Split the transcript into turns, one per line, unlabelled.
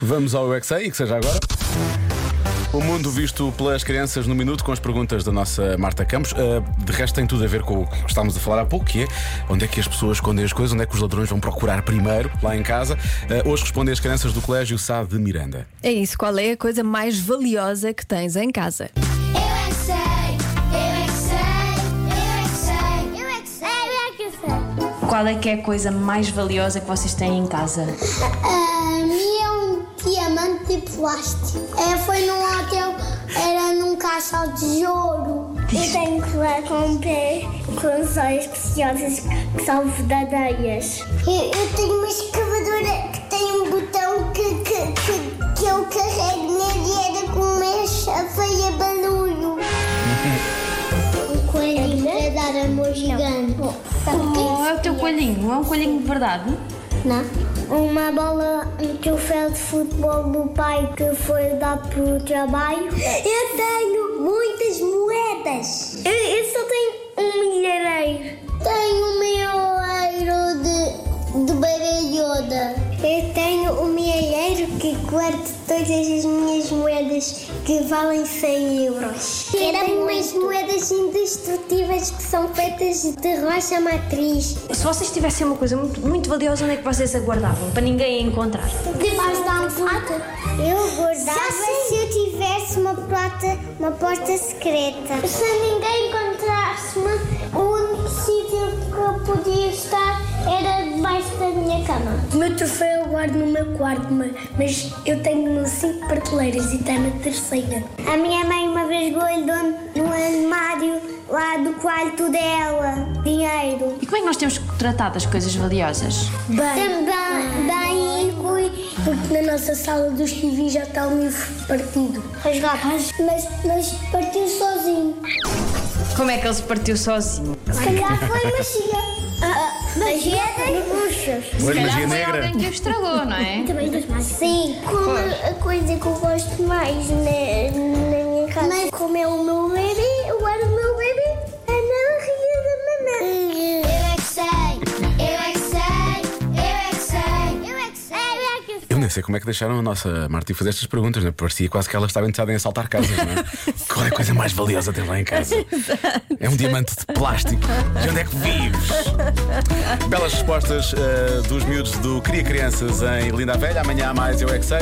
Vamos ao UXA e que seja agora. O mundo visto pelas crianças no minuto com as perguntas da nossa Marta Campos. Ah, de resto, tem tudo a ver com o que estávamos a falar há pouco, que é onde é que as pessoas escondem as coisas, onde é que os ladrões vão procurar primeiro, lá em casa. Ah, hoje respondem as crianças do Colégio Sá de Miranda.
É isso, qual é a coisa mais valiosa que tens em casa?
Eu é que sei, eu é que sei, eu é que sei, eu é que sei, eu é que sei, eu é que sei.
Qual é que é a coisa mais valiosa que vocês têm em casa?
A minha é um diamante de plástico. É, foi num hotel, era num caixa de ouro. Eu tenho que lá comprar coleções preciosas que são verdadeiras. Eu, tenho uma escavadora que tem um botão que, que, que, que eu carrego na dieta com uma chave a barulho. Um coelho para dar amor gigante.
Oh, é o teu coelhinho, é um coelhinho de verdade?
Não. Uma bola, um troféu de futebol do pai que foi dar para o trabalho. Eu tenho muitas moedas. Eu, só tenho um milhareiro. Tenho um milhareiro de, de baralhoda. Eu tenho um milhareiro que guardo todas as minhas moedas que valem 100 euros. Eu tenho umas moedas indestrutíveis que são feitas de rocha matriz.
Se vocês tivessem uma coisa muito, muito valiosa, onde é que vocês a guardavam? Para ninguém a encontrar.
Debaixo da almofada? Eu guardava se eu tivesse uma porta, uma porta secreta. Se ninguém encontrasse-me, o único sítio que eu podia estar era debaixo da minha cama. O meu troféu eu guardo no meu quarto, mas eu tenho cinco prateleiras e está na terceira. A minha mãe uma vez guardou no armário lá do quarto dela dinheiro.
E como é que nós temos que tratar das coisas valiosas?
Bem, bem, bem inclui, porque na nossa sala dos TV já está um livro partido. Rasgado. Mas, mas partiu sozinho.
Como é que ele se partiu sozinho?
Se calhar foi Ah, magia. Magia das bruxas.
Hoje,
Calhar foi alguém que o estragou, não é?
Também das mágicas. Sim, como a coisa que eu gosto mais na, na minha casa. Mas como é o meu bebê, eu guardo o meu bebê na barriga da mamãe. Eu é que sei, eu é que sei, eu é que sei, eu é que sei, eu é que sei.
Eu nem sei como é que deixaram a nossa Marta fazer estas perguntas, não é? Parecia quase que ela estava interessada em assaltar casas, não é? Qual é a coisa mais valiosa ter lá em casa? É um diamante de plástico. De onde é que vives? Belas respostas eh, dos miúdos do Cria Crianças em Linda a Velha. Amanhã há mais Eu É Que Sei.